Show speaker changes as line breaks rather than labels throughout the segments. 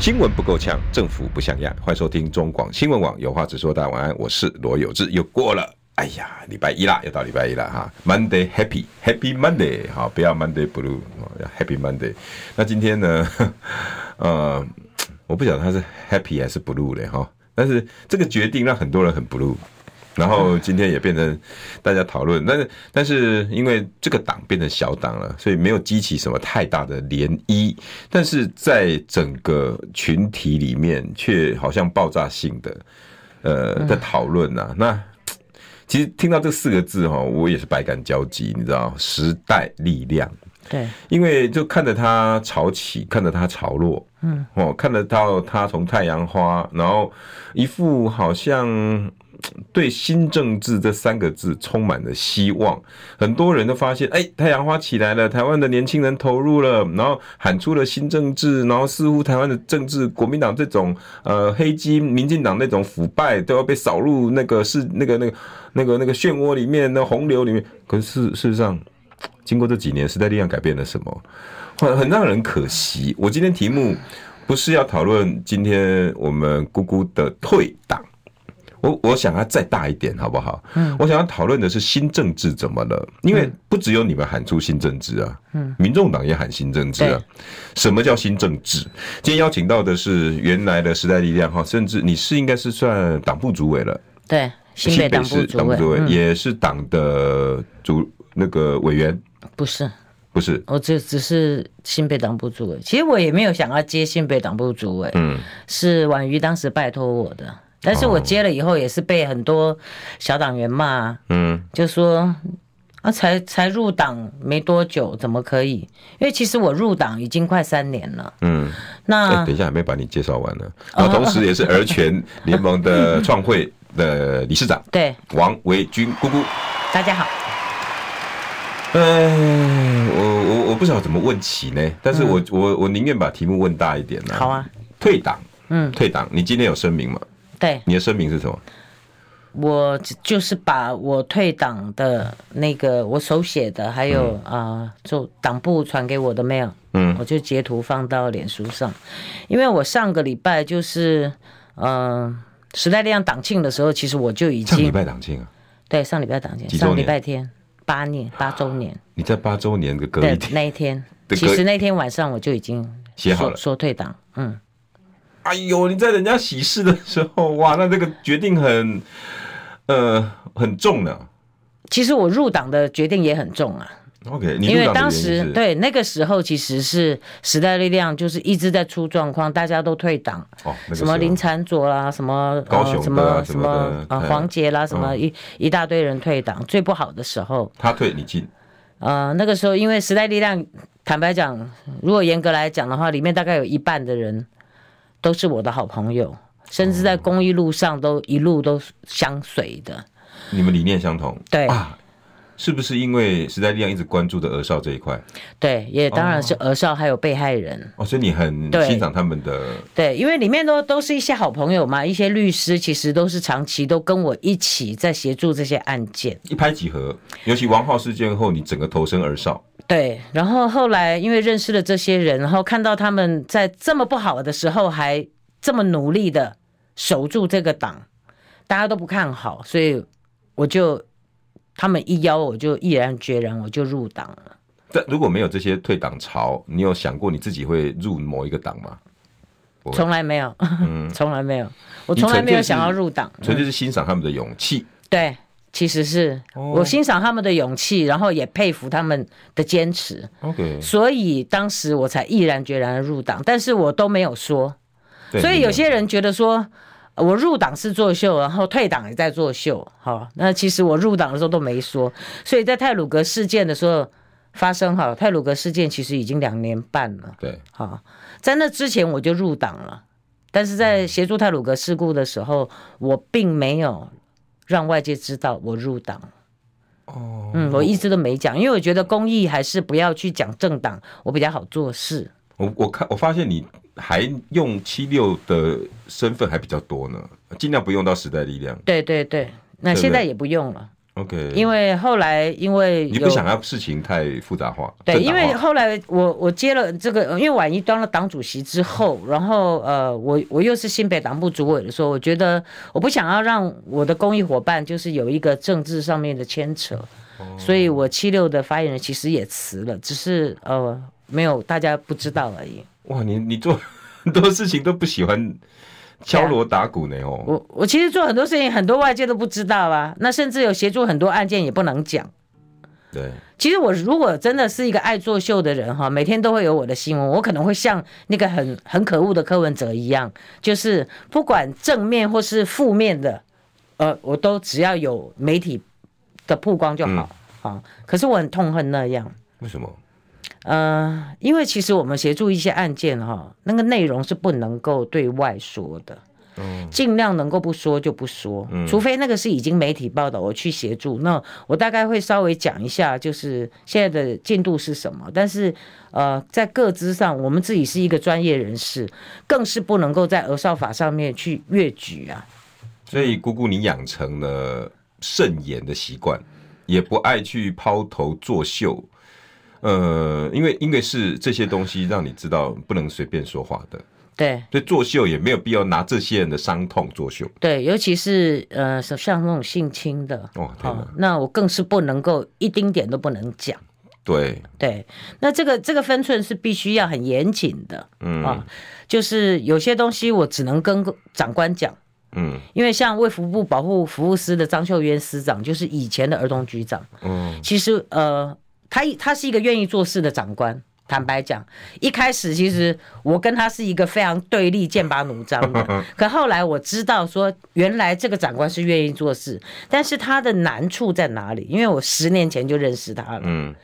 新闻不够呛，政府不像样。欢迎收听中广新闻网，有话直说。大家晚安，我是罗有志。又过了，哎呀，礼拜一啦，又到礼拜一啦哈。Monday Happy Happy Monday，好，不要 Monday Blue，哦要 Happy Monday。那今天呢， 呃，我不晓得他是 Happy 还是 Blue 嘞哈。但是这个决定让很多人很 Blue，然后今天也变成大家讨论。但是但是因为这个党变成小党了，所以没有激起什么太大的涟漪。但是在整个群体里面，却好像爆炸性的呃在讨论呐。那其实听到这四个字哈，我也是百感交集，你知道，时代力量。
对，
因为就看着它潮起，看着它潮落，
嗯，
哦，看得到它从太阳花，然后一副好像嗯对新政治这三个字充满了希望。很多人都发现，哎，太阳花起来了，台湾的年轻人投入了，然后喊出了新政治，然后似乎台湾的政治，国民党这种呃黑金，民进党那种腐败都要被扫入那个是那个那个那个那个漩涡里面，那洪流里面。可是事事实上，经过这几年，时代力量改变了什么？很很让人可惜。我今天题目不是要讨论今天我们姑姑的退党，我我想要再大一点，好不好？
嗯，
我想要讨论的是新政治怎么了？因为不只有你们喊出新政治啊，嗯，民众党也喊新政治啊。什么叫新政治？今天邀请到的是原来的时代力量哈，甚至你是应该是算党部主委了，
对，新北党部
市
主
党部
委，
主委、
嗯
也是党的主那个委员，
不是，
不是？
我只只是新北党部主委。其实我也没有想要接新北党部主委，
嗯，哦
是婉瑜当时拜托我的。但是我接了以后，也是被很多小党员骂，
嗯，
就说啊，才才入党没多久，怎么可以？因为其实我入党已经快三年了。
嗯，哎、
那
等一下还没把你介绍完呢。然后同时也是儿权联盟的创会的理事长
对
王维君姑姑。
大家好，
嗯，我我我不晓得怎么问起呢，但是我、我我宁愿把题目问大一点呢、
嗯好啊，
退党，
嗯，
退党，你今天有声明吗？
对
你的声明是什么？
我只就是把我退党的那个我手写的，还有啊、呃就党部传给我的 mail，
嗯
我就截图放到脸书上，因为我上个礼拜就是嗯、呃时代力量党庆的时候，其实我就已
上礼
经
拜党庆啊，
对上礼拜党庆，
几周年
上礼拜天八年八周年，
你在八周年的隔一
对
天，
那一天，
对
其
隔
实那天晚上我就已经
写好
说
了
说退党，嗯，
哎呦，你在人家喜事的时候，哇，那这个决定很，呃，很重呢。
其实我入党的决定也很重啊，
OK，你
因为
入党的
当
原
时
是
对那个时候其实是时代力量就是一直在出状况，大家都退党，
哦，那个
什么
时候
林产佐啦，什么呃
高雄的啊
什么
什
什
么
么
的
呃
哎
黄杰啦，什么
嗯
一一大堆人退党，最不好的时候，
他退你进，
呃那个时候因为时代力量，坦白讲，如果严格来讲的话，里面大概有一半的人都是我的好朋友，甚至
哦
在公益路上都一路都相随的，
你们理念相同
对
啊？是不是因为时代力量一直关注的儿少这一块
对，也当然是儿少还有被害人。
哦？所以你很
对
欣赏他们的
对，因为里面都都是一些好朋友嘛，一些律师其实都是长期都跟我一起在协助这些案件。
一拍即合，尤其王浩事件后，你整个投身儿少，
对，然后后来因为认识了这些人，然后看到他们在这么不好的时候还这么努力的守住这个党，大家都不看好，所以我就他们一邀我就毅然决然我就入党了。
但如果没有这些退党潮，你有想过你自己会入某一个党吗？不会嗯
从来没有， 从来没有，我
你
从来没
纯粹
有
是
想要入党，
纯粹是欣赏他们的勇气。
对，其实是、
哦
我欣赏他们的勇气，然后也佩服他们的坚持，
OK，
所以当时我才毅然决然地入党，但是我都没有说。
对
所以有
你
些人觉得说，呃我入党是作秀，然后退党也在作秀。好，那其实我入党的时候都没说，所以在泰鲁格事件的时候发生，哈，泰鲁格事件其实已经两年半了。
对
好，在那之前我就
嗯
入党了，但是在协助泰鲁格事故的时候，我并没有让外界知道我入党。
哦，
嗯，我一直都没讲，因为我觉得公益还是不要去讲政党，我比较好做事。
我哦我看我发现你还用七六的身份还比较多呢，尽量不用到时代力量。
对对对，那
对不对
现在也不用了，
OK，
因为后来因为
你
有
不想要事情太复杂化，
对，
政
因
党化
为后来我我接了这个，呃因为婉仪当了党主席之后，然后呃，我我又是新北党部主委的时候，我觉得我不想要让我的公益伙伴就是有一个政治上面的牵扯，所以我七六的发言人其实也辞了，只是呃没有大家不知道而已。
哇，你你做 很多事情都不喜欢敲锣打鼓呢哦。
我我其实做很多事情，很多外界都不知道啊，那甚至有协助很多案件也不能讲。
对，
其实我如果真的是一个爱作秀的人哈，每天都会有我的新闻，我可能会像那个很很可恶的柯文哲一样，就是不管正面或是负面的，呃，我都只要有媒体的曝光就好、啊。可是我很痛恨那样，
为什么？
呃，因为其实我们协助一些案件哈，那个内容是不能够对外说的。
嗯
尽量能够不说就不说，除非那个是已经媒体报道，我去协助。那我大概会稍微讲一下，就是现在的进度是什么。但是，呃，在各资上，我们自己是一个专业人士，更是不能够在儿少法上面去越矩啊。
所以姑姑，你养成了慎言的习惯，也不爱去抛头作秀。呃，因为因为是这些东西让你知道不能随便说话的，
对
所以作秀也没有必要拿这些人的伤痛作秀。
对，尤其是呃，像那种性侵的，
哦，天
好
哪，，
那我更是不能够一丁点都不能讲。
对，
对，那这个这个分寸是必须要很严谨的啊
嗯，
就是有些东西我只能跟长官讲。
嗯
因为像卫福部保护服务司的张秀渊司长，就是以前的儿童局长，
嗯，
其实呃，他他是一个愿意做事的长官。坦白讲，一开始其实我跟他是一个非常对立、剑拔弩张
嗯
的。可后来我知道说，原来这个长官是愿意做事，但是他的难处在哪里？因为我十年前就认识他了，
嗯，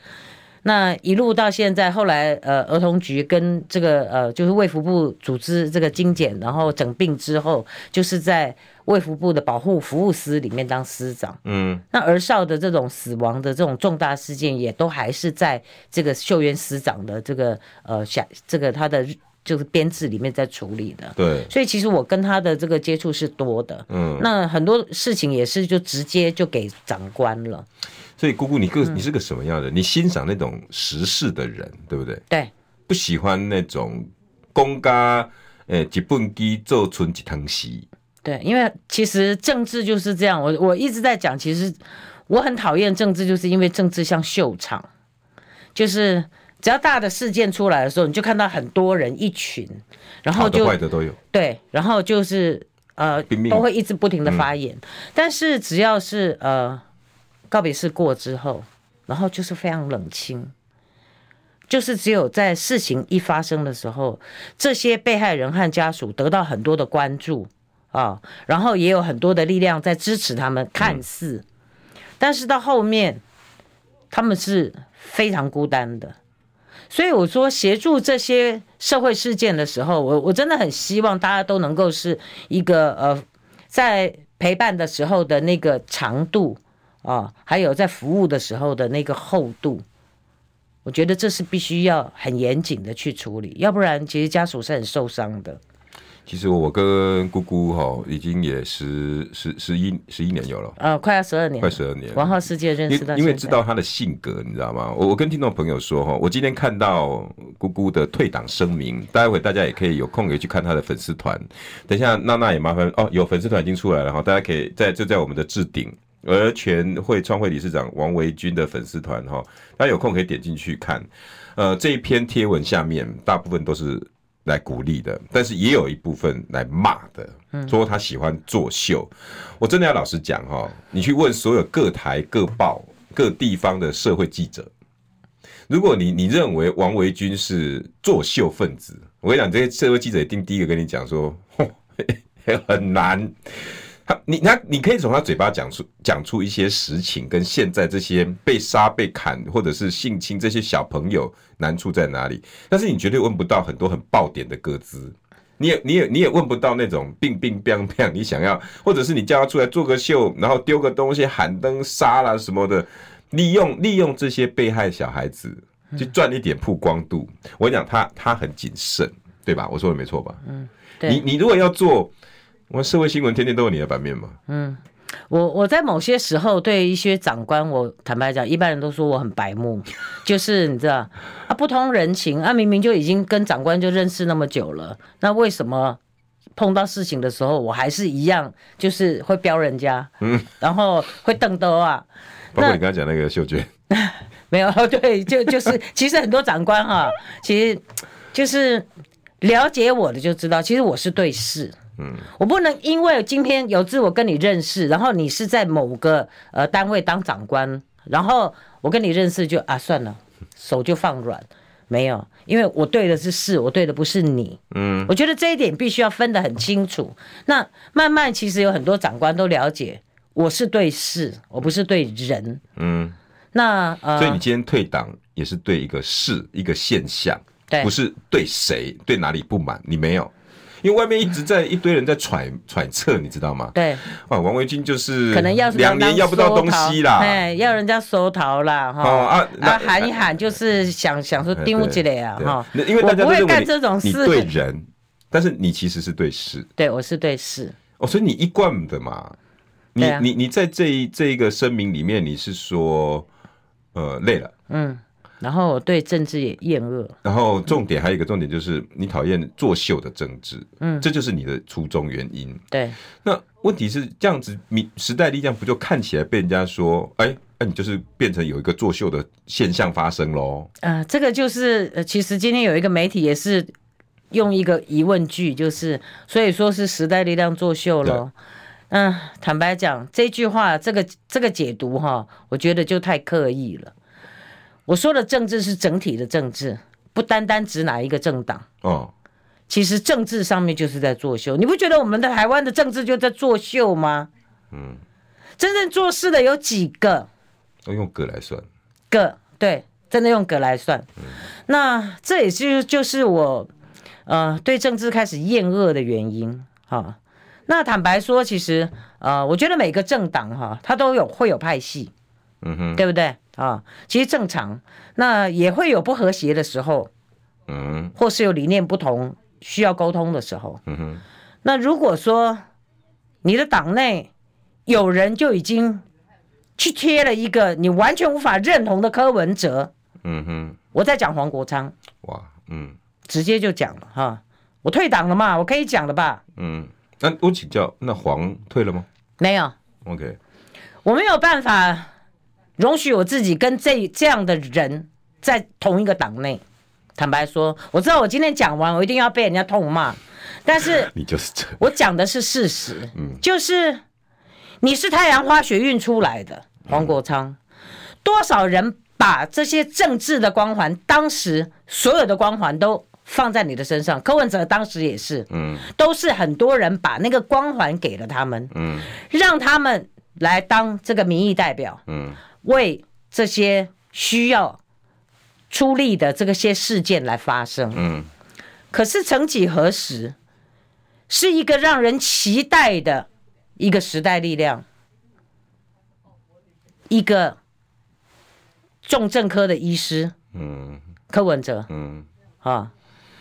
那一路到现在，后来呃，儿童局跟这个呃，就是卫福部组织这个精简，然后整并之后，就是在卫福部的保护服务司里面当司长。
嗯，
那儿少的这种死亡的这种重大事件，也都还是在这个秀渊司长的这个呃下这个他的就是编制里面在处理的。
对，
所以其实我跟他的这个接触是多的，
嗯，
那很多事情也是就直接就给长官了，
所以姑姑，你个你是个什么样的人？你欣赏那种时事的人，对不对？
对。
不喜欢那种公家诶一本机做存一汤匙。
对，因为其实政治就是这样，我我一直在讲，其实我很讨厌政治，就是因为政治像秀场，就是只要大的事件出来的时候，你就看到很多人一群，然
好
后
的
哦就
坏的都有。
对，然后就是呃
拼命嗯
都会一直不停的发言，但是只要是呃告别式过之后，然后就是非常冷清。就是只有在事情一发生的时候，这些被害人和家属得到很多的关注啊、然后也有很多的力量在支持他们，
嗯
看似，但是到后面他们是非常孤单的。所以我说，协助这些社会事件的时候，我我真的很希望大家都能够是一个呃，在陪伴的时候的那个长度啊、还有在服务的时候的那个厚度，我觉得这是必须要很严谨的去处理，要不然其实家属是很受伤的。
其实我跟姑姑哈、已经也十十十一十一年有了，
呃，快要十二年了，
快十二年了。
王浩世界认识
因
到
为因为
现在
知道他的性格，你知道吗？我我跟听众朋友说哈，我今天看到姑姑的退党声明，待会大家也可以有空也去看她的粉丝团。等一下娜娜也麻烦哦，有粉丝团已经出来了哈，大家可以在就在我们的置顶儿权会创会理事长王维军的粉丝团哈，大家有空可以点进去看。呃，这一篇贴文下面大部分都是来鼓励的，但是也有一部分来骂的，
嗯
说他喜欢作秀。我真的要老实讲哈、你去问所有各台、各报、各地方的社会记者，如果你你认为王维军是作秀分子，我跟你讲，这些社会记者一定第一个跟你讲说，哼 很难。他你他你可以从他嘴巴讲出讲出一些实情，跟现在这些被杀、被砍或者是性侵这些小朋友难处在哪里，但是你绝对问不到很多很爆点的歌词。你也你也你也问不到那种病病病病，你想要，或者是你叫他出来做个秀，然后丢个东西喊灯杀啦什么的，利用利用这些被害小孩子去赚一点曝光度。我跟你讲，他他很谨慎，对吧？我说的没错吧？嗯，
对
你你如果要做，我社会新闻天天都有你的版面嘛。
我我在某些时候对一些长官，我坦白讲，一般人都说我很白目，就是你知道啊，不通人情啊，明明就已经跟长官就认识那么久了，那为什么碰到事情的时候，我还是一样，就是会飙人家，嗯，然后会瞪兜啊，
包括你刚刚讲那个秀娟，
没有，对，就就是，其实很多长官哈、 其实就是了解我的就知道，其实我是对事。嗯，我不能因为今天有志我跟你认识，然后你是在某个呃单位当长官，然后我跟你认识就啊算了，手就放软，没有，因为我对的是事，我对的不是你。嗯，我觉得这一点必须要分得很清楚。那慢慢其实有很多长官都了解，我是对事，我不是对人。
嗯，
那呃，
所以你今天退党也是对一个事、一个现象，
对
不是对谁、对哪里不满，你没有，因为外面一直在一堆人在揣揣测，你知道吗？
对。
哇，王维军就是
可能要是
两年要不到东西啦。
哎，要人家收逃啦，哈、
哦啊那
喊一喊就是想想说
哎
丢起来啊，
对
哈，
那因为大家都
我不会
认为
干
你
这种
你
事，
对人，但是你其实是对事
对我是对事，
哦，所以你一贯的嘛，你、
对啊
你你在这一这一个声明里面，你是说呃累了，
嗯，然后我对政治也厌恶，
然后重点还有一个重点就是你讨厌作秀的政治，嗯，这就是你的初衷原因。
对
那问题是这样子，你时代力量不就看起来被人家说，哎，那、你就是变成有一个作秀的现象发生喽？
啊，这个就是，呃，其实今天有一个媒体也是用一个疑问句，就是所以说是时代力量作秀咯。嗯，坦白讲，这句话这个这个解读哈，我觉得就太刻意了。我说的政治是整体的政治，不单单指哪一个政党。
哦，
其实政治上面就是在作秀，你不觉得我们的台湾的政治就在作秀吗？嗯，真正做事的有几个？
我用个来算，
个，对，真的用个来算。那这也是就是我呃对政治开始厌恶的原因哈、那坦白说，其实呃，我觉得每个政党哈、它都有会有派系，
嗯哼，
对不对啊？其实正常，那也会有不和谐的时候，
嗯
或是有理念不同需要沟通的时候。
嗯哼，
那如果说你的党内有人就已经去贴了一个你完全无法认同的柯文哲，
嗯哼，
我在讲黄国昌，
哇，嗯
直接就讲了哈，我退党了嘛，我可以讲了吧？
嗯，那我请教，那黄退了吗
没有，
？OK，
我没有办法容许我自己跟这这样的人在同一个党内。坦白说，我知道我今天讲完，我一定要被人家痛骂，但是
你就是这，
我讲的是事实，就是你是太阳花学运出来的，黄国昌，多少人把这些政治的光环，当时所有的光环都放在你的身上，柯文哲当时也是，
嗯
都是很多人把那个光环给了他们，
嗯
让他们来当这个民意代表，
嗯
为这些需要出力的这个些事件来发声。
嗯
可是曾几何时，是一个让人期待的一个时代力量，一个重症科的医师
嗯
柯文哲
嗯
啊。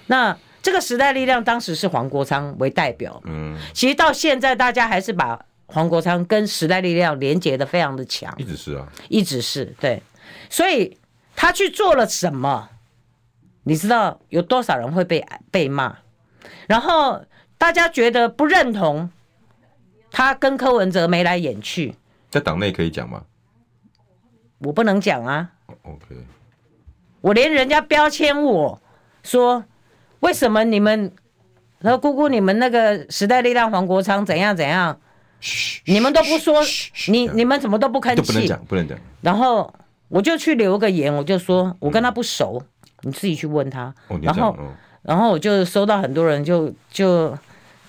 那这个时代力量当时是黄国昌为代表，
嗯，
其实到现在大家还是把黄国昌跟时代力量连接的非常的强
一，直是啊，
一直是对，所以他去做了什么？你知道有多少人会被被骂？然后大家觉得不认同，他跟柯文哲眉来眼去，
在党内可以讲吗
我不能讲啊，
？OK，
我连人家标签我说为什么你们，然后姑姑你们那个时代力量黄国昌怎样怎样，
嘘，
你们都不说，你你们怎么都不吭
都不能
气？
讲，不能讲，
然后我就去留个言，我就说我跟他不熟，你自己去问他。
哦，你
然
讲，
后，
哦
然后我就收到很多人就就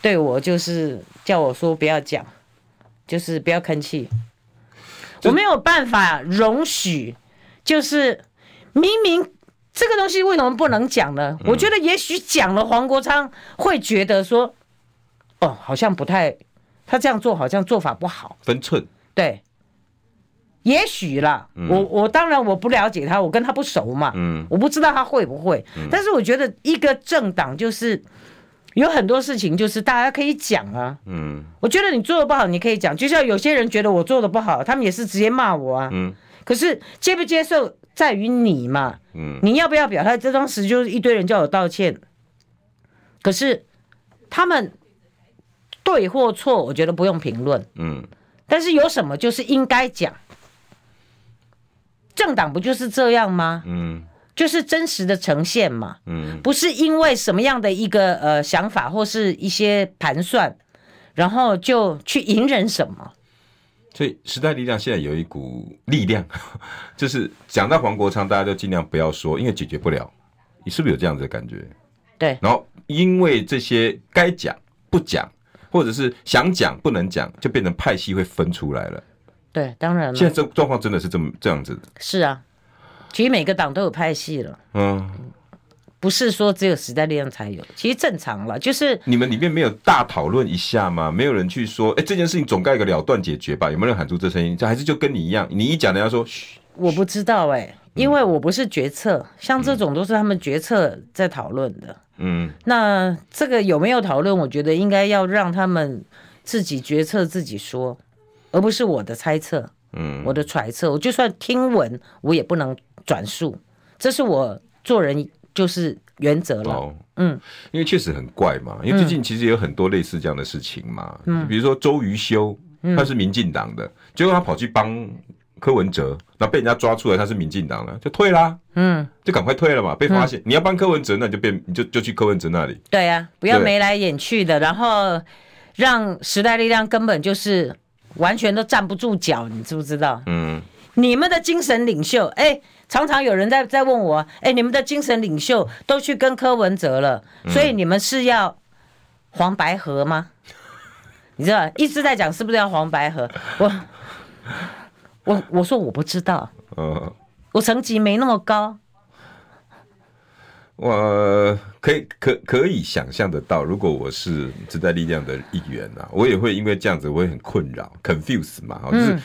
对我就是叫我说不要讲，就是不要吭气。
这
我没有办法容许，就是明明这个东西为什么不能讲呢？我觉得也许讲了，黄国昌会觉得说，哦，好像不太，他这样做好像做法不好，
分寸，
对，也许啦，我我当然我不了解他，我跟他不熟嘛，
嗯
我不知道他会不会，但是我觉得一个政党就是有很多事情就是大家可以讲啊，
嗯
我觉得你做的不好，你可以讲，就像有些人觉得我做的不好，他们也是直接骂我啊，
嗯
可是接不接受在于你嘛，
嗯
你要不要表态？这当时就是一堆人叫我道歉，可是他们对或错，我觉得不用评论。
嗯，
但是有什么就是应该讲，政党不就是这样吗？
嗯
就是真实的呈现嘛，
嗯
不是因为什么样的一个呃想法或是一些盘算，然后就去隐忍什么。
所以时代力量现在有一股力量，就是讲到黄国昌，大家都尽量不要说，因为解决不了。你是不是有这样子的感觉？
对
然后因为这些该讲不讲，或者是想讲不能讲，就变成派系会分出来了。
对，当然
现
了，
在这状况真的是这么这样子的，
是啊，其实每个党都有派系了。
嗯，
不是说只有时代力量才有，其实正常了，就是
你们里面没有大讨论一下吗？没有人去说，哎、这件事情总该有个了断解决吧？有没有人喊出这声音？这还是就跟你一样，你一讲，人家说，嘘，
我不知道哎、
嗯
因为我不是决策，像这种都是他们决策在讨论的。
嗯
那这个有没有讨论？我觉得应该要让他们自己决策自己说，而不是我的猜测、
嗯
我的揣测。我就算听闻，我也不能转述，这是我做人就是原则了。
哦，
嗯，
因为确实很怪嘛，因为最近其实也有很多类似这样的事情嘛，嗯，比如说周瑜修，他是民进党的，结果他跑去帮柯文哲，那被人家抓出来他是民进党了，就退啦，
嗯，
就赶快退了嘛，被发现、你要帮柯文哲，那你就变你就就去柯文哲那里，
对啊，不要
对
眉来眼去的，然后让时代力量根本就是完全都站不住脚，你知不知道？
嗯
你们的精神领袖，哎，常常有人在在问我，哎，你们的精神领袖都去跟柯文哲了，
嗯
所以你们是要黄白合吗？ 你知道一直在讲是不是要黄白合？我我我说我不知道，
呃，
我层级没那么高，
我、可以可可以想象得到，如果我是时代力量的一员啊，我也会因为这样子我会很困扰，confuse 嘛，哦就是、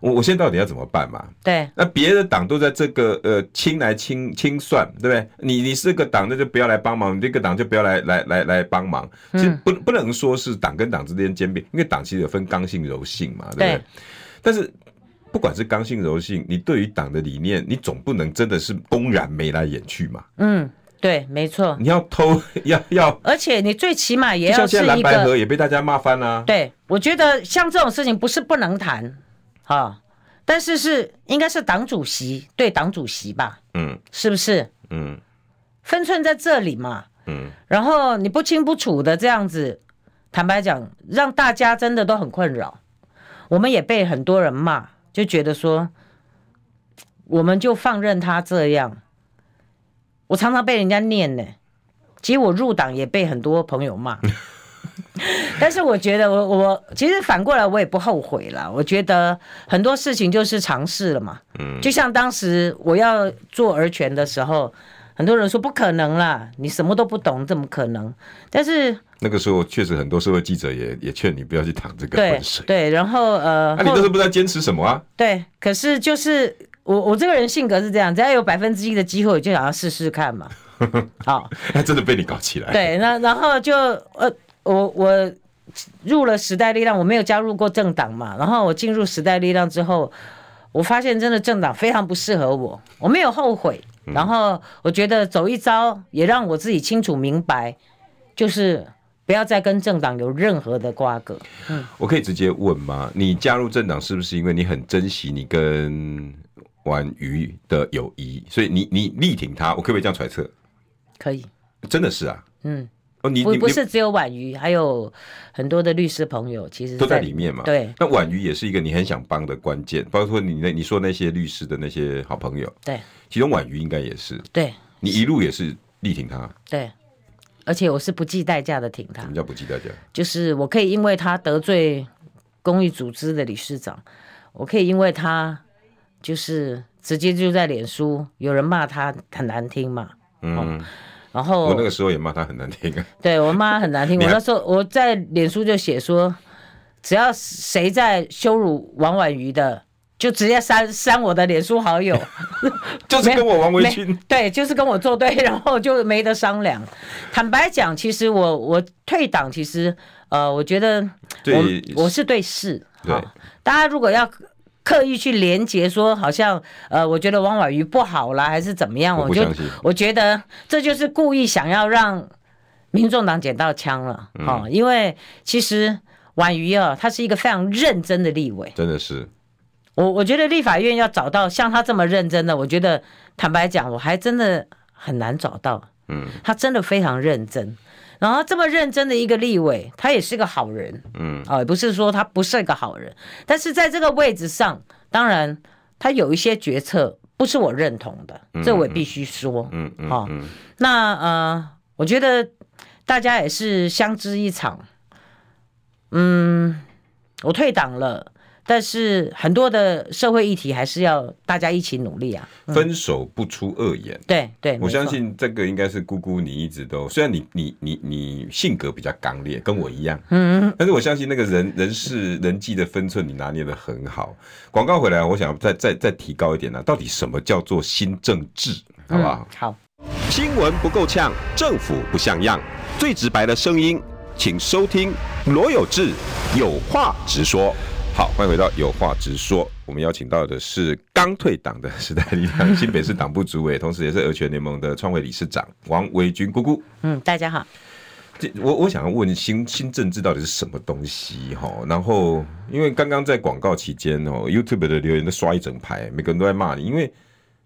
我我现在到底要怎么办嘛？
对
那别的党都在这个呃清来清清算，对不对？你你是个党，那就不要来帮忙；你这个党就不要来来来来帮忙。其实不不能说是党跟党之间兼并，因为党其实有分刚性柔性嘛，对不对？
对
但是不管是刚性柔性，你对于党的理念，你总不能真的是公然眉来眼去嘛？
嗯，对，没错。
你要偷 要要，
而且你最起码也
就
要
像
是
现在蓝
一
白
个
河也被大家骂翻啊啦、
对，我觉得像这种事情不是不能谈，哈、但是是应该是党主席对党主席吧，
嗯
是不是？
嗯
分寸在这里嘛。
嗯，
然后你不清不楚的这样子，坦白讲，让大家真的都很困扰。我们也被很多人骂，就觉得说，我们就放任他这样。我常常被人家念呢、其实我入党也被很多朋友骂，但是我觉得我我其实反过来我也不后悔了。我觉得很多事情就是尝试了嘛，嗯，就像当时我要做儿权的时候，很多人说不可能啦，你什么都不懂，怎么可能？但是
那个时候确实很多社会记者也也劝你不要去淌这个
对
浑水。
对，然后呃，
那、你
后
那时候不知道坚持什么啊？
对，可是就是我我这个人性格是这样，只要有百分之一的机会，我就想要试试 看嘛。好，
那真的被你搞起来。
对，那然后就呃，我我入了时代力量，我没有加入过政党嘛。然后我进入时代力量之后，我发现真的政党非常不适合我，我没有后悔。
嗯
然后我觉得走一遭也让我自己清楚明白，就是不要再跟政党有任何的瓜葛。
我可以直接问吗？你加入政党是不是因为你很珍惜你跟婉瑜的友谊，所以你你力挺他？我可不可以这样揣测？
可以，
真的是啊，
嗯，
哦，你
不
你
不
你
是只有婉瑜，还有很多的律师朋友，其实
都在里面嘛？
对。
那婉瑜也是一个你很想帮的关键，包括你那你说那些律师的那些好朋友，
对
其中婉瑜应该也是，
对
你一路也是力挺他，
对，而且我是不计代价的挺他
什么。叫不计代价？
就是我可以因为他得罪公益组织的理事长，我可以因为他就是直接就在脸书有人骂他很难听嘛，
嗯，
然后
我那个时候也骂他很难听啊，
对我妈很难听。
你
我
还
那时候我在脸书就写说，只要谁在羞辱王婉瑜的，就直接删删我的脸书好 友。
就是跟我王维
没
军，
对，就是跟我作对，然后就没得商量。坦白讲，其实我我退党，其实呃，我觉得
对
我我是对事。
对
好，大家如果要刻意去连结说，好像呃，我觉得王婉瑜不好啦，还是怎么样，
我
我
不
就
相信
我觉得这就是故意想要让民众党捡到枪了。
嗯
哦，因为其实婉瑜啊，他是一个非常认真的立委。
真的是
我我觉得立法院要找到像他这么认真的，我觉得坦白讲，我还真的很难找到。
嗯，
他真的非常认真，然后这么认真的一个立委，他也是个好人。
嗯，
哦，也不是说他不是个好人，但是在这个位置上，当然他有一些决策不是我认同的，这我也必须说。
嗯嗯
好
嗯，
那呃，我觉得大家也是相知一场。嗯，我退党了，但是很多的社会议题还是要大家一起努力啊。
分手不出恶言。
对对，
我
没错
相信这个应该是姑姑，你一直都虽然你你你你性格比较刚烈，跟我一样，嗯，但是我相信那个人人事人际的分寸你拿捏的很好。广告回来，我想再再再提高一点呢、啊到底什么叫做新政治，好不好？
嗯好。
新闻不够呛，政府不像样，最直白的声音，请收听罗有志有话直说。好，欢迎回到有话直说。我们邀请到的是刚退党的时代力量新北市党部主委，同时也是儿权联盟的创会理事长王维军姑姑。
嗯，大家好。
这我我想要问新新政治到底是什么东西哈？然后因为刚刚在广告期间哦，YouTube 的留言都刷一整排，每个人都在骂你，因为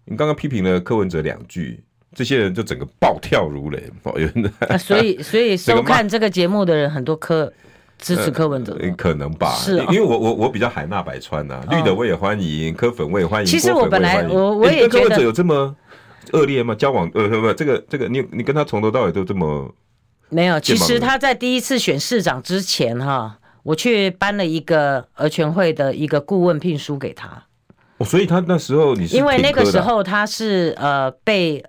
你刚刚批评了柯文哲两句，这些人就整个暴跳如雷 哦，有人在
啊、所以所以
这个
收
骂
看这个节目的人很多柯支持柯文哲吗。
呃可能吧，
是哦哦
因为我我我比较海纳百川呐、绿的我也欢迎，柯粉我也欢迎。
其实
郭粉
我本来
也欢迎
我我
诶你
也
跟柯
觉
文
得
哲有这么恶劣吗？交往呃不不，这个这个你你跟他从头到尾都这么
没有，
肩
其
膀
实
的
他在第一次选市长之前哈，我去颁了一个儿全会的一个顾问聘书给他，
哦，所以他那时候你是
因为
挺
呃那个
柯的啊
时候他是呃被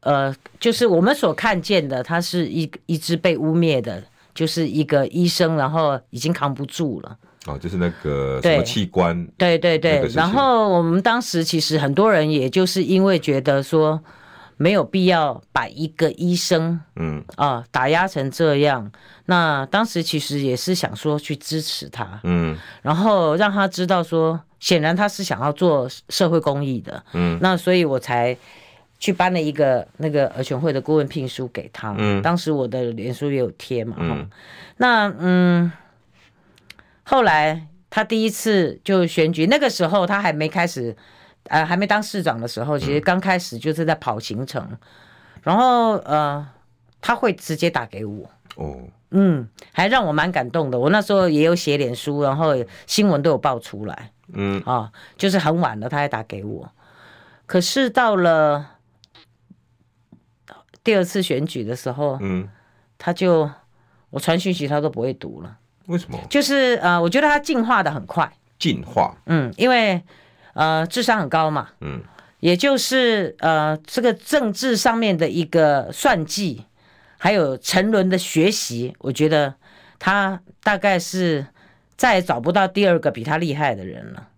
呃就是我们所看见的，他是一一只被污蔑的，就是一个医生，然后已经扛不住了。
哦，就是那个什
对
么器官
对对
那个
对
事，情
然后我们当时其实很多人也就是因为觉得说没有必要把一个医生
嗯。
啊、打压成这样，那当时其实也是想说去支持他，
嗯
然后让他知道说，显然他是想要做社会公益的，
嗯，
那所以我才去颁了一个那个儿选会的顾问聘书给他，
嗯
当时我的脸书也有贴嘛，
嗯
哈那嗯，后来他第一次就选举，那个时候他还没开始，呃，还没当市长的时
嗯
候，其实刚开始就是在跑行程，然后呃，他会直接打给我，
哦，
嗯，还让我蛮感动的。我那时候也有写脸书，然后新闻都有爆出来
嗯
啊、就是很晚了，他还打给我。可是到了第二次选举的时候，
嗯，
他就我传讯息他都不会读了，
为什么
就是呃，我觉得他进化的很快，
进化？
嗯，因为呃智商很高嘛，
嗯，
也就是呃这个政治上面的一个算计，还有沉沦的学习，我觉得他大概是再也找不到第二个比他厉害的人了。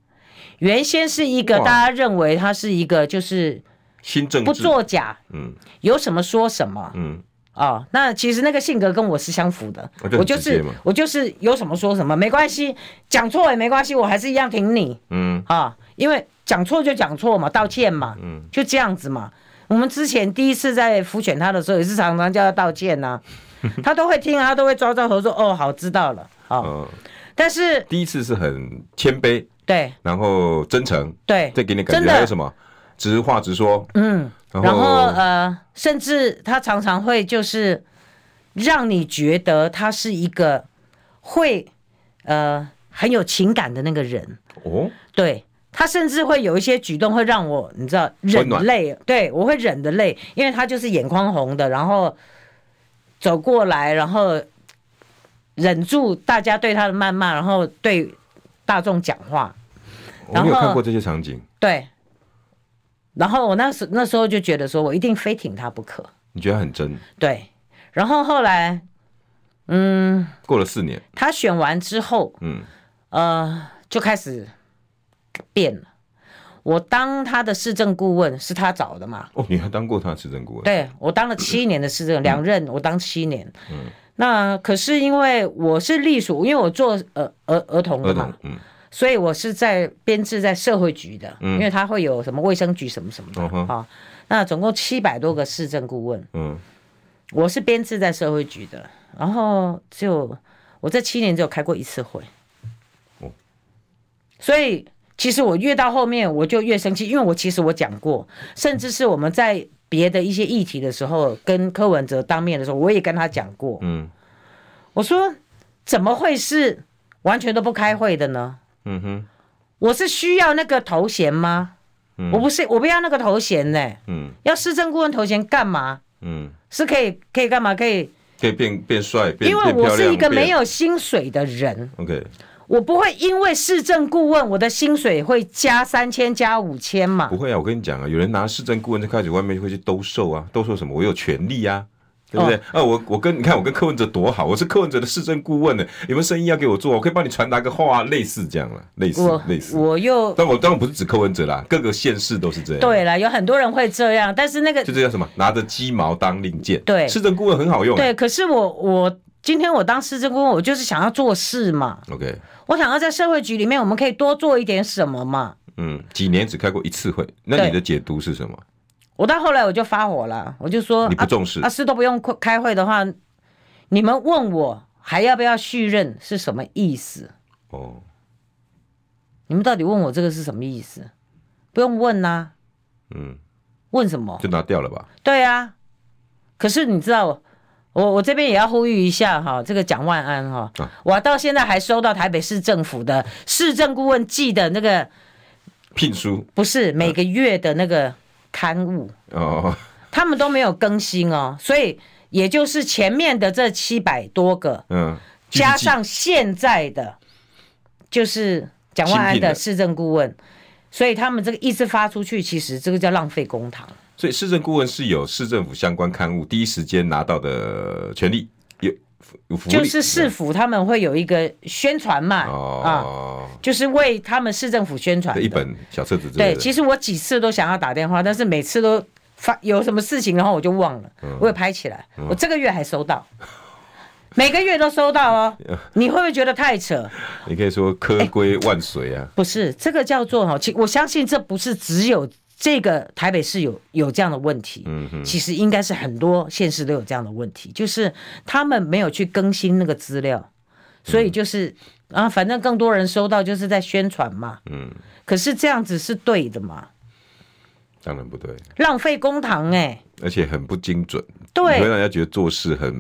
原先是一个
哇
大家认为他是一个就是
新政治
不，作假，
嗯
有什么说什么，
嗯，
哦，那其实那个性格跟我是相符的，
啊就很
我就
直接
是
嘛
我就是有什么说什么，没关系，讲错也没关系，我还是一样挺你
嗯
啊、因为讲错就讲错嘛，道歉嘛，嗯，就这样子嘛。我们之前第一次在复选他的时候，也是常常叫他道歉 呐、他都会听啊，他都会抓到头说哦，好，知道了，哦，
呃，
但是
第一次是很谦卑，
对
然后真诚，
对，
这给你感
真
觉
的
还有什么？直话直说，
嗯，
然
然
后哦
后呃，甚至他常常会就是让你觉得他是一个会呃很有情感的那个人，
哦，
对。他甚至会有一些举动会让我，你知道，忍
温暖
泪，对我会忍的泪，因为他就是眼眶红的，然后走过来，然后忍住大家对他的谩骂，然后对大众讲话，
我
然
没有
后
看过这些场景，
对，然后我那时那时候就觉得说我一定非挺他不可，
你觉得很真？
对。然后后来
过了四年，
他选完之后，
嗯，
呃，就开始变了。我当他的市政顾问是他找的嘛？
哦，你还当过他的市政顾问？，
对我当了七年的市政，
嗯
两任我当七年。那可是因为我是隶属，因为我做呃儿儿童
儿
的嘛
童，，嗯，
所以我是在编制在社会局的，
嗯
因为他会有什么卫生局什么什么的
嗯
啊、
哼
那总共七百多个市政顾问，
嗯，
我是编制在社会局的，然后就我这七年只有开过一次会，
哦
所以其实我越到后面我就越生气，因为我其实我讲过，甚至是我们在别的一些议题的时候，跟柯文哲当面的时候，我也跟他讲过，
嗯，
我说怎么会是完全都不开会的呢？
嗯哼，
我是需要那个头衔吗？
嗯
我不是，我不要那个头衔呢、
嗯
要市政顾问头衔干嘛？
嗯，
是可以可以干嘛？可以，
可以变变帅，变
因为
变
我
漂
是
亮
一个
变
没有薪水的人，
OK，
我不会因为市政顾问我的薪水会加三千加五千嘛
不。会啊，我跟你讲啊，有人拿市政顾问就开始外面会去兜售啊，兜售什么？我有权利啊。对不对？
哦
啊，我我跟你看，我跟柯文哲多好，我是柯文哲的市政顾问呢，有没有生意要给我做？我可以帮你传达个话啊，类似这样了，类似
我
类似。啊
我又
但我当然不是指柯文哲啦，各个县市都是这样。，
对了，有很多人会这样，但是那个
就这叫什么？拿着鸡毛当令箭。
对
市政顾问很好用啊。
对，可是我我今天我当市政顾问，我就是想要做事嘛，
OK，
我想要在社会局里面，我们可以多做一点什么嘛。
嗯，几年只开过一次会，那
对
你的解读是什么？
我到后来我就发火了，我就说
你不
啊
重视
啊，是都不用开会的话，你们问我还要不要续任是什么意思？
哦，
你们到底问我这个是什么意思？不用问呐、
嗯，
问什么？
就拿掉了吧。
对啊，可是你知道我。我我这边也要呼吁一下哈，这个蒋万安哈，
啊
我到现在还收到台北市政府的市政顾问寄的那个
聘书
不是每个月的那个刊物，
哦，
他们都没有更新哦，所以也就是前面的这七百多个，
嗯，继续
加
记
上现在的就是蒋万安
新聘的
的市政顾问，所以他们这个一直发出去，其实这个叫浪费公堂。
所以市政顾问是有市政府相关刊物第一时间拿到的权利，有有福利，
就是市府他们会有一个宣传嘛，啊，
哦，
就是为他们市政府宣传
的
的
一。本小册子之类
对，
的。
其实我几次都想要打电话，但是每次都发有什么事情，然后我就忘了，
嗯
我也拍起来。我这个月还收到，每个月都收到 哦。你会不会觉得太扯？
你可以说科规万岁啊，
不是，这个叫做哈，其我相信这不是只有这个台北市有有这样的问题，
嗯哼，
其实应该是很多县市都有这样的问题，就是他们没有去更新那个资料，所以就是、啊，反正更多人收到就是在宣传嘛，
嗯，
可是这样子是对的嘛，
当然不对，
浪费公堂哎、
而且很不精准，你会
对。
让人家觉得做事很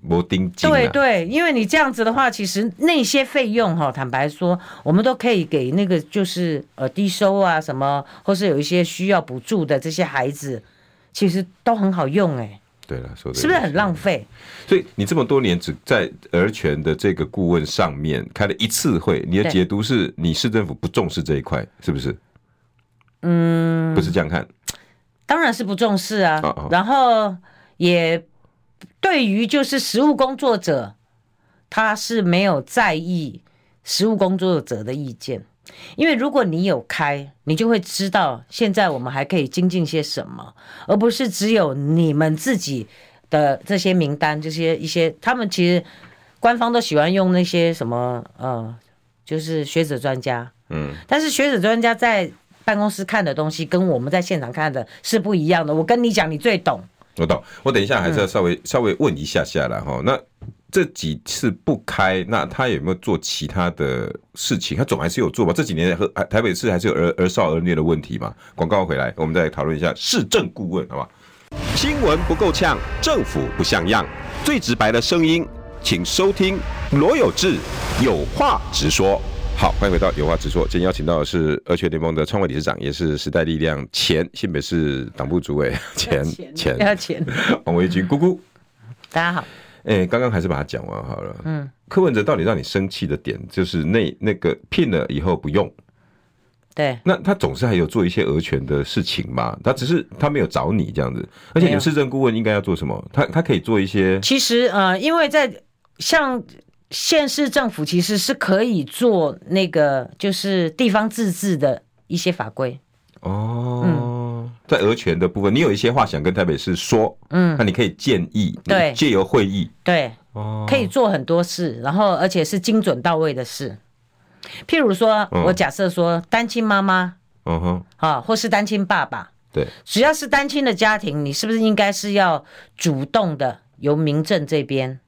没丁精、啊。
对对，因为你这样子的话，其实那些费用哈，坦白说，我们都可以给那个就是呃低收啊什么，或是有一些需要补助的这些孩子，其实都很好用哎、
对了，说的
是不是很浪费？
所以你这么多年只在儿权的这个顾问上面开了一次会，你的
对
解读是你市政府不重视这一块，是不是？嗯，不是这样看，
当然是不重视啊，
哦哦
然后也对于就是实务工作者，他是没有在意实务工作者的意见，因为如果你有开，你就会知道现在我们还可以精进些什么，而不是只有你们自己的这些名单，这些一些他们其实官方都喜欢用那些什么呃，就是学者专家，
嗯，
但是学者专家在办公室看的东西跟我们在现场看的是不一样的。我跟你讲，你最懂。
我懂。我等一下还是要稍微、稍微问一下下来哈。那这几次不开，那他有没有做其他的事情？他总还是有做吧？这几年和啊台北市还是有儿儿少儿虐的问题嘛？广告回来，我们再讨论一下市政顾问，好吧？新闻不够呛，政府不像样，最直白的声音，请收听罗有志有话直说。好，欢迎回到有话直说。今天邀请到的是二雀联盟的创会理事长，也是时代力量前新北市党部主委前前
要钱。
王维军姑姑，
大家好，
哎、刚刚还是把它讲完好了。嗯，柯文哲到底让你生气的点，就是那那个聘了以后不用，
对，
那他总是还有做一些俄权的事情嘛？他只是他没有找你这样子，而且
没
有
有
市政顾问应该要做什么？他他可以做一些
其实呃，因为在像县市政府其实是可以做那个就是地方自治的一些法规，
哦，在俄权的部分，你有一些话想跟台北市说，
嗯，
那你可以建议，你
对
借由会议
对，
哦，
可以做很多事，然后而且是精准到位的事。譬如说，
嗯
我假设说单亲妈妈
嗯哼，
啊，或是单亲爸爸，
对，
只要是单亲的家庭，你是不是应该是要主动的由民政这边，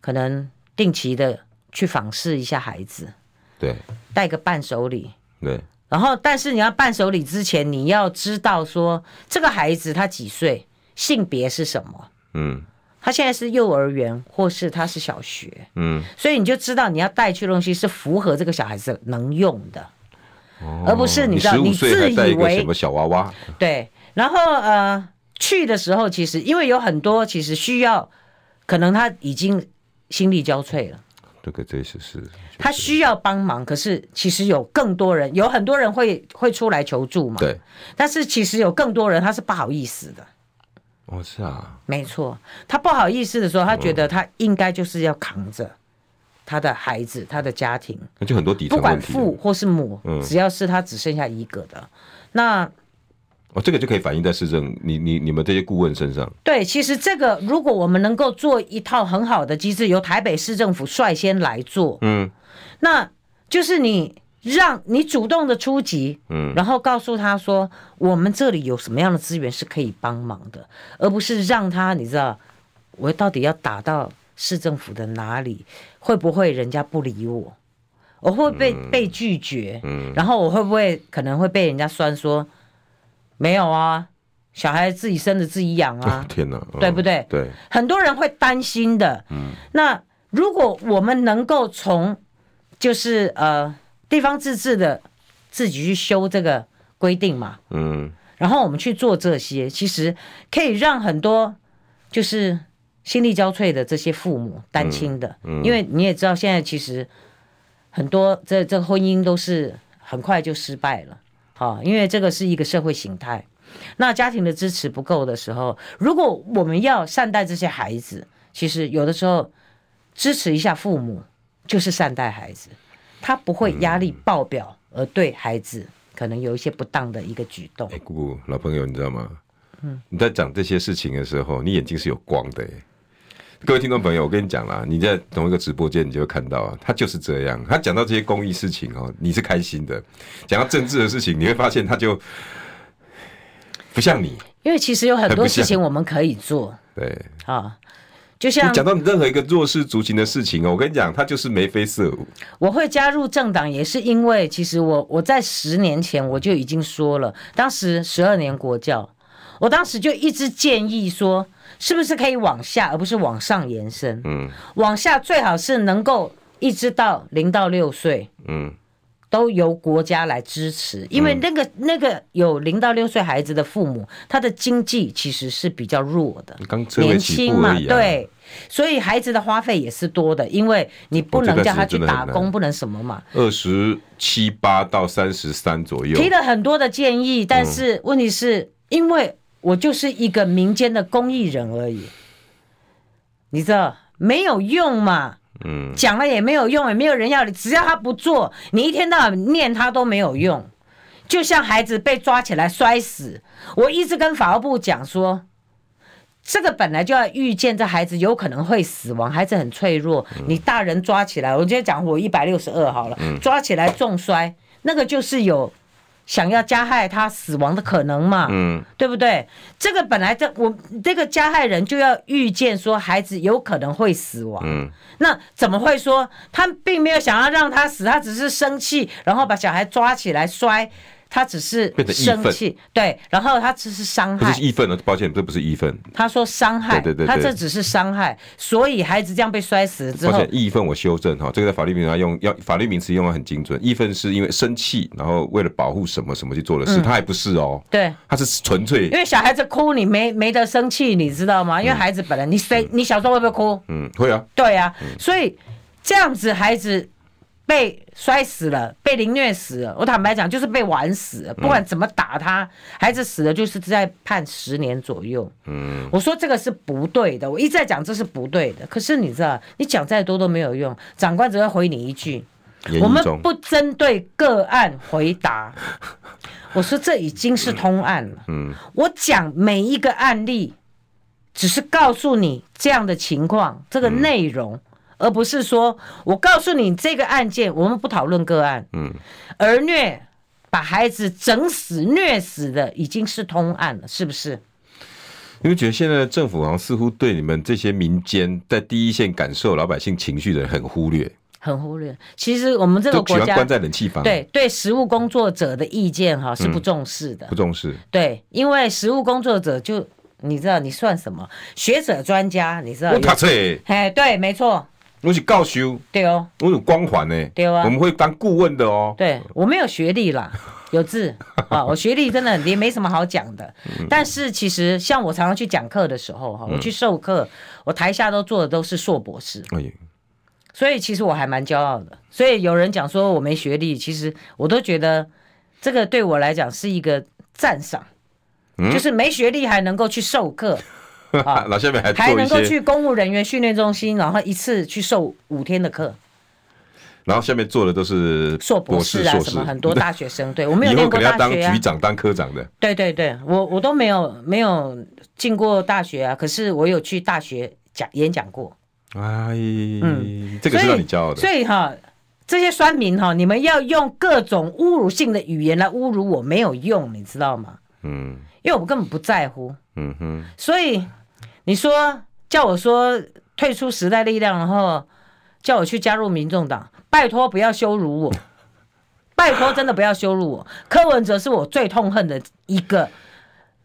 可能定期的去访视一下孩子，
对，
带个伴手礼，
对，
然后，但是你要伴手礼之前，你要知道说这个孩子他几岁，性别是什么，
嗯
他现在是幼儿园或是他是小学，
嗯，
所以你就知道你要带去的东西是符合这个小孩子能用的，而不是你知道
十五
你
岁
自
还带
以
一个什
为
么小娃娃，
对。然后呃，去的时候其实因为有很多其实需要，可能他已经心力交瘁了。
这个这是是，
他需要帮忙，可是其实有更多人，有很多人会会出来求助嘛。
对，
但是其实有更多人他是不好意思的，
哦是啊，
没错，他不好意思的时候，他觉得他应该就是要扛着他的孩子、他的家庭，
那就很多底
不
层
管
问题了，
父或是母
嗯，
只要是他只剩下一个的，那
哦，这个就可以反映在市政，你你你们这些顾问身上，
对，其实这个如果我们能够做一套很好的机制，由台北市政府率先来做，
嗯
那就是你让你主动的出击，
嗯，，
然后告诉他说，我们这里有什么样的资源是可以帮忙的，而不是让他你知道，我到底要打到市政府的哪里？会不会人家不理我？我会被、被拒绝？然后我会不会可能会被人家酸说，没有啊，小孩自己生的自己养啊
天哪，嗯
对不对
对，
很多人会担心的。那如果我们能够从就是呃地方自治的自己去修这个规定嘛，
嗯
然后我们去做这些，其实可以让很多就是心力交瘁的这些父母单亲的，因为你也知道现在其实很多这这婚姻都是很快就失败了，好、因为这个是一个社会形态。那家庭的支持不够的时候，如果我们要善待这些孩子，其实有的时候支持一下父母就是善待孩子，他不会压力爆表而对孩子可能有一些不当的一个举动
哎、。姑姑，老朋友，你知道吗？嗯，你在讲这些事情的时候，你眼睛是有光的耶。各位听众朋友，我跟你讲啦，你在同一个直播间，你就会看到啊，他就是这样。他讲到这些公益事情哦，你是开心的；讲到政治的事情，你会发现他就不像你。
因为其实有很
很
多
不像
事情我们可以做
对，
啊，就
你
像
讲到任何一个弱势族群的事情哦，我跟你讲，他就是眉飞色舞。
我会加入政党，也是因为其实我我在十年前我就已经说了，当时十二年国教，我当时就一直建议说，是不是可以往下，而不是往上延伸？
嗯
往下最好是能够一直到零到六岁，
嗯，
都由国家来支持，因为那个、那个有零到六岁孩子的父母，他的经济其实是比较弱的，
刚车尾
年
起
轻
步而
嘛，
已、啊。，
对，所以孩子的花费也是多的，因为你不能叫他去打
哦
工，不能什么嘛。
二十七八到三十三左右。
提了很多的建议，但是问题是因为我就是一个民间的公益人而已，你知道没有用嘛？
嗯，
讲了也没有用，也没有人要你，只要他不做，你一天到晚念他都没有用。就像孩子被抓起来摔死，我一直跟法务部讲说，这个本来就要预见这孩子有可能会死亡，孩子很脆弱，
嗯
你大人抓起来，我今天讲我一百六十二好了，抓起来重摔，那个就是有想要加害他死亡的可能嘛，
嗯
对不对？这个本来这我这个加害人就要预见说孩子有可能会死亡，
嗯
那怎么会说他并没有想要让他死，他只是生气，然后把小孩抓起来摔，他只是
变成义愤
生气，对，然后他只是伤
不
害
是。义愤了，哦抱歉，这不是义愤，
他说伤害，
对对对对
他这只是伤害，所以孩子这样被摔死了之
抱
后
歉，，义愤我修正哈，这个在法律名词上用要法律名词用的很精准。义愤是因为生气，然后为了保护什么什么去做的事，他还不是哦，
嗯对，嗯
他是纯粹
因为小孩子哭你没没得生气，你知道吗？
嗯
因为孩子本来你谁、你小时候会不会哭？
嗯会啊，
对啊，所以这样子孩子被摔死了，被凌虐死了。我坦白讲，就是被玩死了。不管怎么打他，孩子死了就是在判十年左右。嗯，我说这个是不对的，我一再讲这是不对的。可是你知道，你讲再多都没有用，长官只会回你一句：
言
我
语
们
中
不针对个案回答。我说这已经是通案了。嗯，我讲每一个案例，只是告诉你这样的情况，这个内容，而不是说我告诉你这个案件，我们不讨论个案。嗯，儿虐把孩子整死、虐死的已经是通案了，是不是？
你们觉得现在的政府好像似乎对你们这些民间在第一线感受老百姓情绪的人很忽略，
很忽略。其实我们这个
都喜
国
欢
家
关在冷气房，
对，对实务工作者的意见哈是不重视的。
不重视。
对，因为实务工作者就你知道你算什么？学者专家，你知道
我
有？
读册，
哎，对，没错，
我是教授，
对哦，
我有光环呢。
对啊
我们会当顾问的哦。
对我没有学历啦，有志啊，我学历真的也没什么好讲的。但是其实像我常常去讲课的时候哈，我去授课，我台下都坐的都是硕博士，
哎呦，
所以其实我还蛮骄傲的。所以有人讲说我没学历，其实我都觉得这个对我来讲是一个赞赏，就是没学历还能够去授课。啊
老下面还
还
做
能
一
够
些，
去公务人员训练中心，然后一次去授五天的课，
然后下面做的都是
硕博士啊
硕
什么很多大学生，对我没有
以
念
后可
过
能要
大
当
学啊
局，长、当科长的。
对对对，我我都没有没有进过大学啊，可是我有去大学讲演讲过，
哎，
嗯
这个是让你骄傲的
所。以哈。这些酸民哈，你们要用各种侮辱性的语言来侮辱我，没有用，你知道吗？
嗯
因为我们根本不在乎。
嗯哼，
所以你说叫我说退出时代力量，然后叫我去加入民众党，拜托不要羞辱 我，拜托真的不要羞辱我。柯文哲是我最痛恨的一个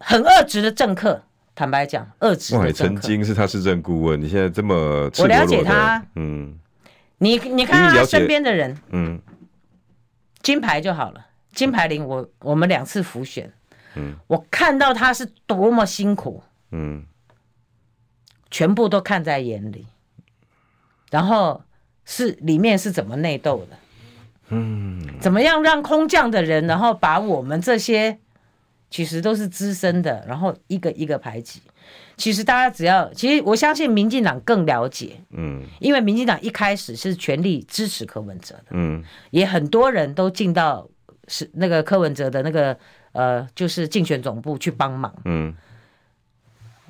很恶质的政客，坦白讲，恶质
哇，
的
你
政
曾
客。
经是他市政顾问，你现在这么赤裸
我了
裸
解
的，
他
嗯
你你看
你了
他
解
身边的人，
嗯，
金牌就好了，金牌林我我们两次浮选，我看到他是多么辛苦，
嗯，
全部都看在眼里，然后是里面是怎么内斗的，嗯，怎么样让空降的人，然后把我们这些其实都是资深的，然后一个一个排挤。其实大家只要，其实我相信民进党更了解，
嗯
因为民进党一开始是全力支持柯文哲的，
嗯
也很多人都进到是那个柯文哲的那个呃，就是竞选总部去帮忙。
嗯，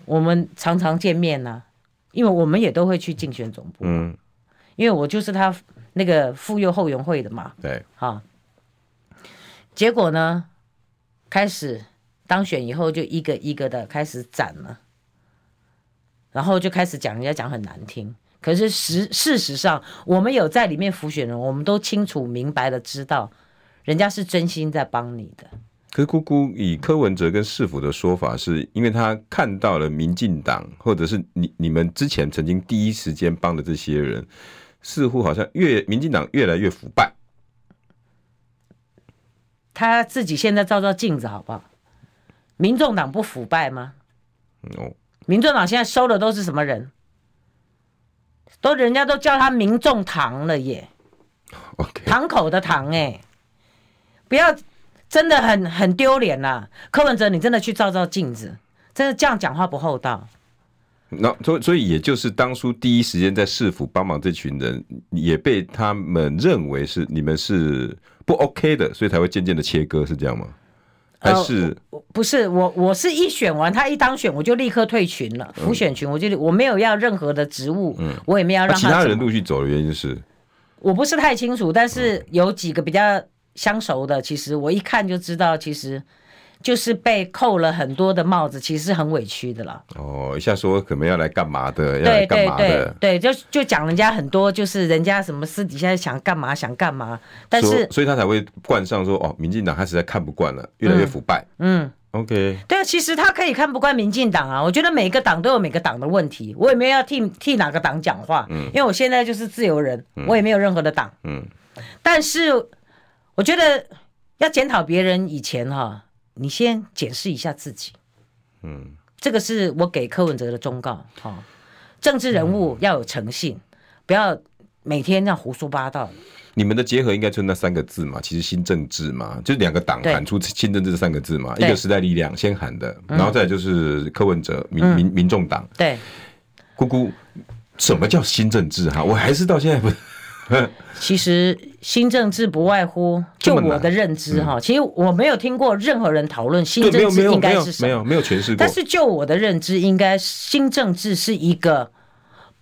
我们常常见面呐、因为我们也都会去竞选总部，
嗯，
因为我就是他那个妇幼后援会的嘛，
对，
哈。结果呢，开始当选以后就一个一个的开始斩了，然后就开始讲人家讲很难听。可是实事实上，我们有在里面浮选人，我们都清楚明白的知道，人家是真心在帮你的。
可是姑姑以柯文哲跟市府的说法是，因为他看到了民进党或者是你你们之前曾经第一时间帮的这些人，似乎好像越民进党越来越腐败。
他自己现在照照镜子好不好？民众党不腐败吗？
嗯哦，
民众党现在收的都是什么人？都人家都叫他民众堂了耶，
OK，
堂口的堂哎、不要真的很很丢脸啦！柯文哲，你真的去照照镜子，真的这样讲话不厚道。
那所以所以也就是当初第一时间在市府帮忙这群人，也被他们认为是你们是不 OK 的，所以才会渐渐的切割，是这样吗？还
呃
是啊
我不是我，我是一选完他一当选，我就立刻退群了，
嗯
浮选群，我就我没有要任何的职务，我也没有
那
让
其他
怎么
人陆续走的原因是，
我不是太清楚，但
嗯
是有几个比较相熟的，其实我一看就知道，其实就是被扣了很多的帽子，其实很委屈的啦。
哦，一下说可能要来干嘛的，要来
对
干
对
嘛
对
的，
对，就就讲人家很多，就是人家什么私底下想干嘛想干嘛，但
所
是
以所以他才会冠上说哦，民进党他实在看不惯了，越来越腐败。
嗯，
OK，
对啊，其实他可以看不惯民进党啊。我觉得每个党都有每个党的问题，我也没有要替替哪个党讲话，因为我现在就是自由人，我也没有任何的党。
嗯
但是我觉得要检讨别人以前哈、你先检视一下自己。
嗯，
这个是我给柯文哲的忠告。哈、
嗯
政治人物要有诚信，不要每天那样胡说八道。
你们的结合应该就那三个字嘛，其实新政治嘛，就是两个党
对
喊出新政治这三个字嘛，一
对嗯
个时代力量先喊的，然后再来就是柯文哲、民民民众党，
对，
姑姑，什么叫新政治啊哈？我还是到现在不，
其实新政治不外乎，
这
就
么难嗯
我的认知哈，其实我没有听过任何人讨论新
对， 没
政
有没
治
有
应
没
该
有
是什
没
么。
有没有诠释过
但，是就我的认知，应该新政治是一个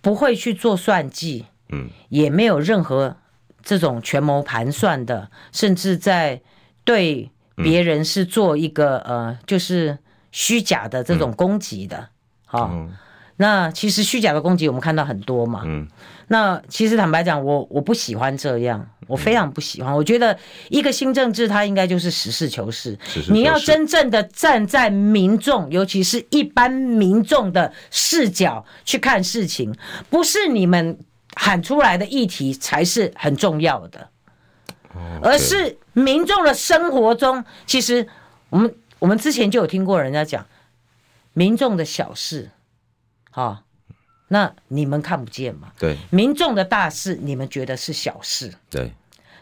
不会去做算计，
嗯，
也没有任何这种权谋盘算的，甚至在对别人是做一个、呃，就是虚假的这种攻击的。好、
嗯
那其实虚假的攻击我们看到很多嘛。
嗯，
那其实坦白讲，我我不喜欢这样，
嗯
我非常不喜欢。我觉得一个新政治，它应该就是实事求是。
实事求是
你要真正的站在民众，尤其是一般民众的视角去看事情，不是你们喊出来的议题才是很重要的。
哦
而是民众的生活中，其实我们我们之前就有听过人家讲，民众的小事，啊、那你们看不见嘛？
对
民众的大事，你们觉得是小事，
对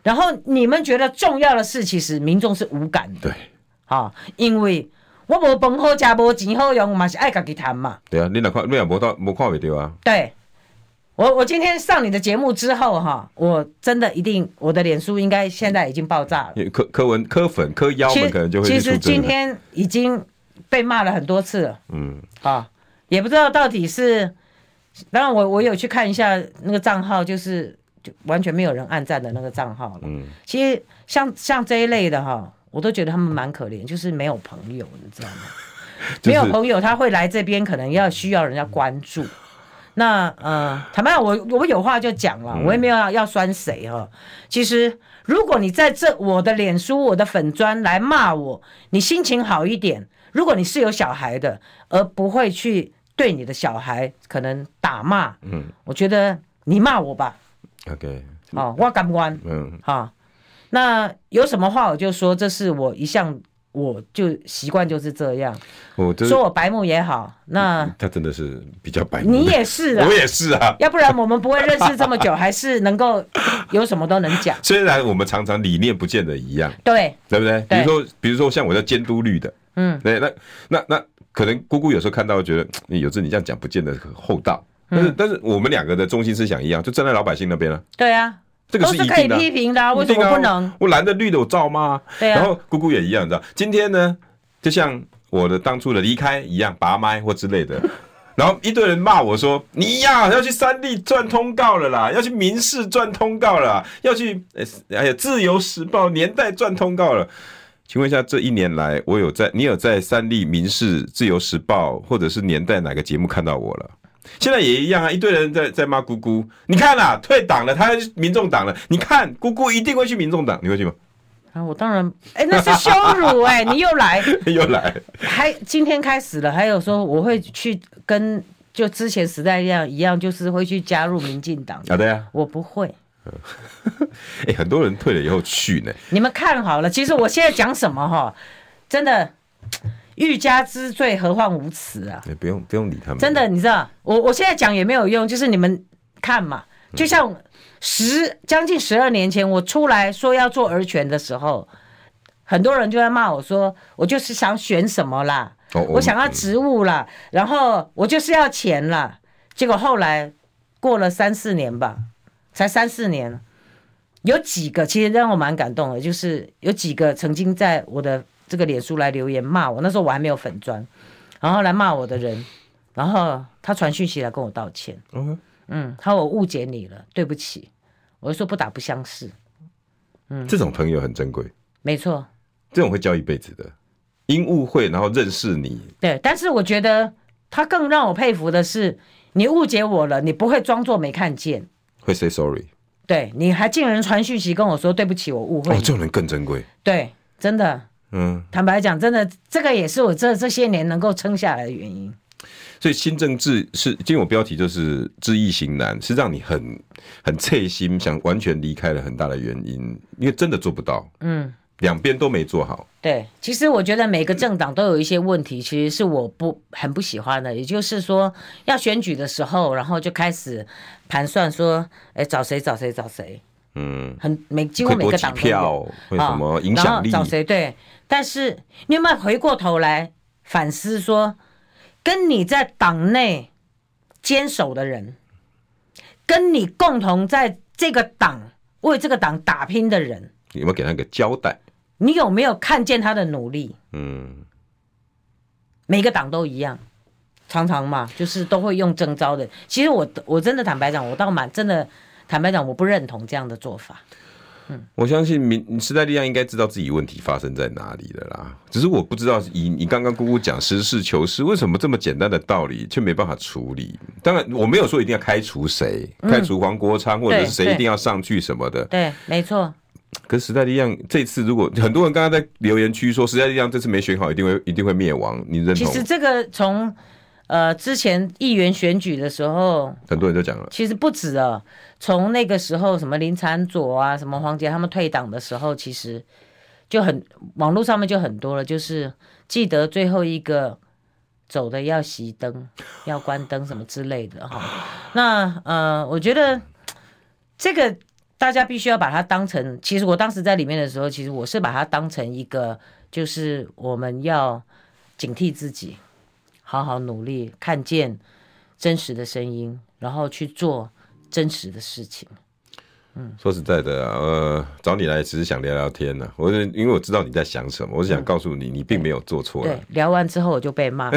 然后你们觉得重要的事，其实民众是无感的
对
啊、因为我无饭好吃，无钱好用，我嘛是爱家己谈嘛。
对啊，你哪看你也没到没看未到啊？
对，我我今天上你的节目之后哈，我真的一定我的脸书应该现在已经爆炸了。
因为柯柯文柯粉柯妖
其
们
实
可能就会
其
去出
实今
征啊了，
天已经被骂了很多次了
嗯，
啊，也不知道到底是。当然我，我有去看一下那个账号，就是就完全没有人按赞的那个账号了。
嗯，
其实像像这一类的哈，我都觉得他们蛮可怜，就是没有朋友，你知道吗？
就
没有
是
朋友，他会来这边，可能要需要人家关注。那呃，坦白讲，我我有话就讲
嗯
了，我也没有要要酸谁哈。其实，如果你在这我的脸书、我的粉砖来骂我，你心情好一点。如果你是有小孩的，而不会去对你的小孩可能打骂，嗯，我觉得你骂我吧，
，OK，
哦，我敢弯，
嗯，
哈、那有什么话我就说，这是我一向我就习惯就是这样，
我就是
说我白目也好，那
他真的是比较白目的，
你也是 啊
我，也是啊，
要不然我们不会认识这么久，还是能够有什么都能 讲，
虽然我们常常理念不见得一样，
对
对不对？比
对
如说，比如说像我在监督绿的，
嗯，
对，那那那可能姑姑有时候看到觉得，嗯有志你这样讲不见得很厚道，但
嗯
是、但是我们两个的中心思想一样，就站在老百姓那边了、
对啊，
这个
都
是一
可以
定的啊、
批评的、啊，为什
一定
么
啊
不能？？
我蓝的绿的我照骂、啊，
对啊
然后姑姑也一样，你知道？今天呢，就像我的当初的离开一样，拔麦或之类的。 然后一堆人骂我说：“你呀，要去三立赚通告了啦，要去民事赚通告了啦，要去呃哎呀自由时报年代赚通告了。”请问一下，这一年来，我有在你有在三立、民事、自由时报或者是年代哪个节目看到我了？现在也一样啊，一堆人在在骂姑姑。你看啊，退党了，他民众党了。你看姑姑一定会去民众党，你会去吗？
啊，我当然，哎，那是羞辱哎、你又来，
又来，
还今天开始了，还有说我会去跟就之前时代一样一样，就是会去加入民进党，
啊，对啊，
我不会。
哎、很多人退了以后去呢，
你们看好了，其实我现在讲什么哈，真的，欲加之罪，何患无辞啊！
哎不用不用理他们，
真的，你知道，我我现在讲也没有用，就是你们看嘛，就像十将近十二年前，我出来说要做儿权的时候，很多人就在骂我说，我就是想选什么啦，
哦。
我想要职务啦，然后我就是要钱啦。结果后来过了三四年吧，才三四年，有几个其实让我蛮感动的，就是有几个曾经在我的这个脸书来留言骂我，那时候我还没有粉砖，然后来骂我的人，然后他传讯息来跟我道歉，
嗯
嗯，他说我误解你了，对不起，我就说不打不相识，
这种朋友很珍贵，
没错，
这种会交一辈子的。因误会，然后认识你，
对，但是我觉得他更让我佩服的是，你误解我了，你不会装作没看见。
会 say sorry，
对，你还竟然传讯息跟我说对不起，我误会
哦，
你。
这种人更珍贵。
对，真的，
嗯，
坦白讲，真的，这个也是我这这些年能够撑下来的原因。
所以新政治是，今天我标题就是“知易行难”，是让你很很脆心，想完全离开了很大的原因，因为真的做不到，
嗯，
两边都没做好。
对，其实我觉得每个政党都有一些问题，其实是我不很不喜欢的。也就是说，要选举的时候，然后就开始盘算说，哎，找谁找谁找谁，
嗯，
很每几乎
会
每
多
个
几
党都有
票，会
啊
什么影响力
然？后找谁对？但是你有没有回过头来反思说，跟你在党内坚守的人，跟你共同在这个党为这个党打拼的人，
有没有给他一个交代？
你有没有看见他的努力？
嗯，
每个党都一样，常常嘛，就是都会用征招的。其实我我真的坦白讲，我倒蛮真的坦白讲，我不认同这样的做法。
我相信民时代力量应该知道自己问题发生在哪里的啦。只是我不知道，以你刚刚姑姑讲实事求是，为什么这么简单的道理却没办法处理？当然，我没有说一定要开除谁，开除黄国昌或者是
对
谁
嗯对
一定要上去什么的。
对，没错，
可是时代力量这次，如果很多人刚刚在留言区说时代力量这次没选好，一定会一定会灭亡，你认
其
同？
实这个从呃之前议员选举的时候，
很多人都讲了，
其实不止啊，从那个时候什么林产佐啊，什么黄杰他们退党的时候，其实就很网络上面就很多了，就是记得最后一个走的要熄灯，要关灯什么之类的哈。那呃，我觉得这个大家必须要把它当成，其实我当时在里面的时候，其实我是把它当成一个，就是我们要警惕自己，好好努力，看见真实的声音，然后去做真实的事情。
说实在的啊，呃，找你来只是想聊聊天呢、啊
嗯
我是因为我知道你在想什么，我是想告诉你，你并没有做错了
对。，聊完之后我就被骂。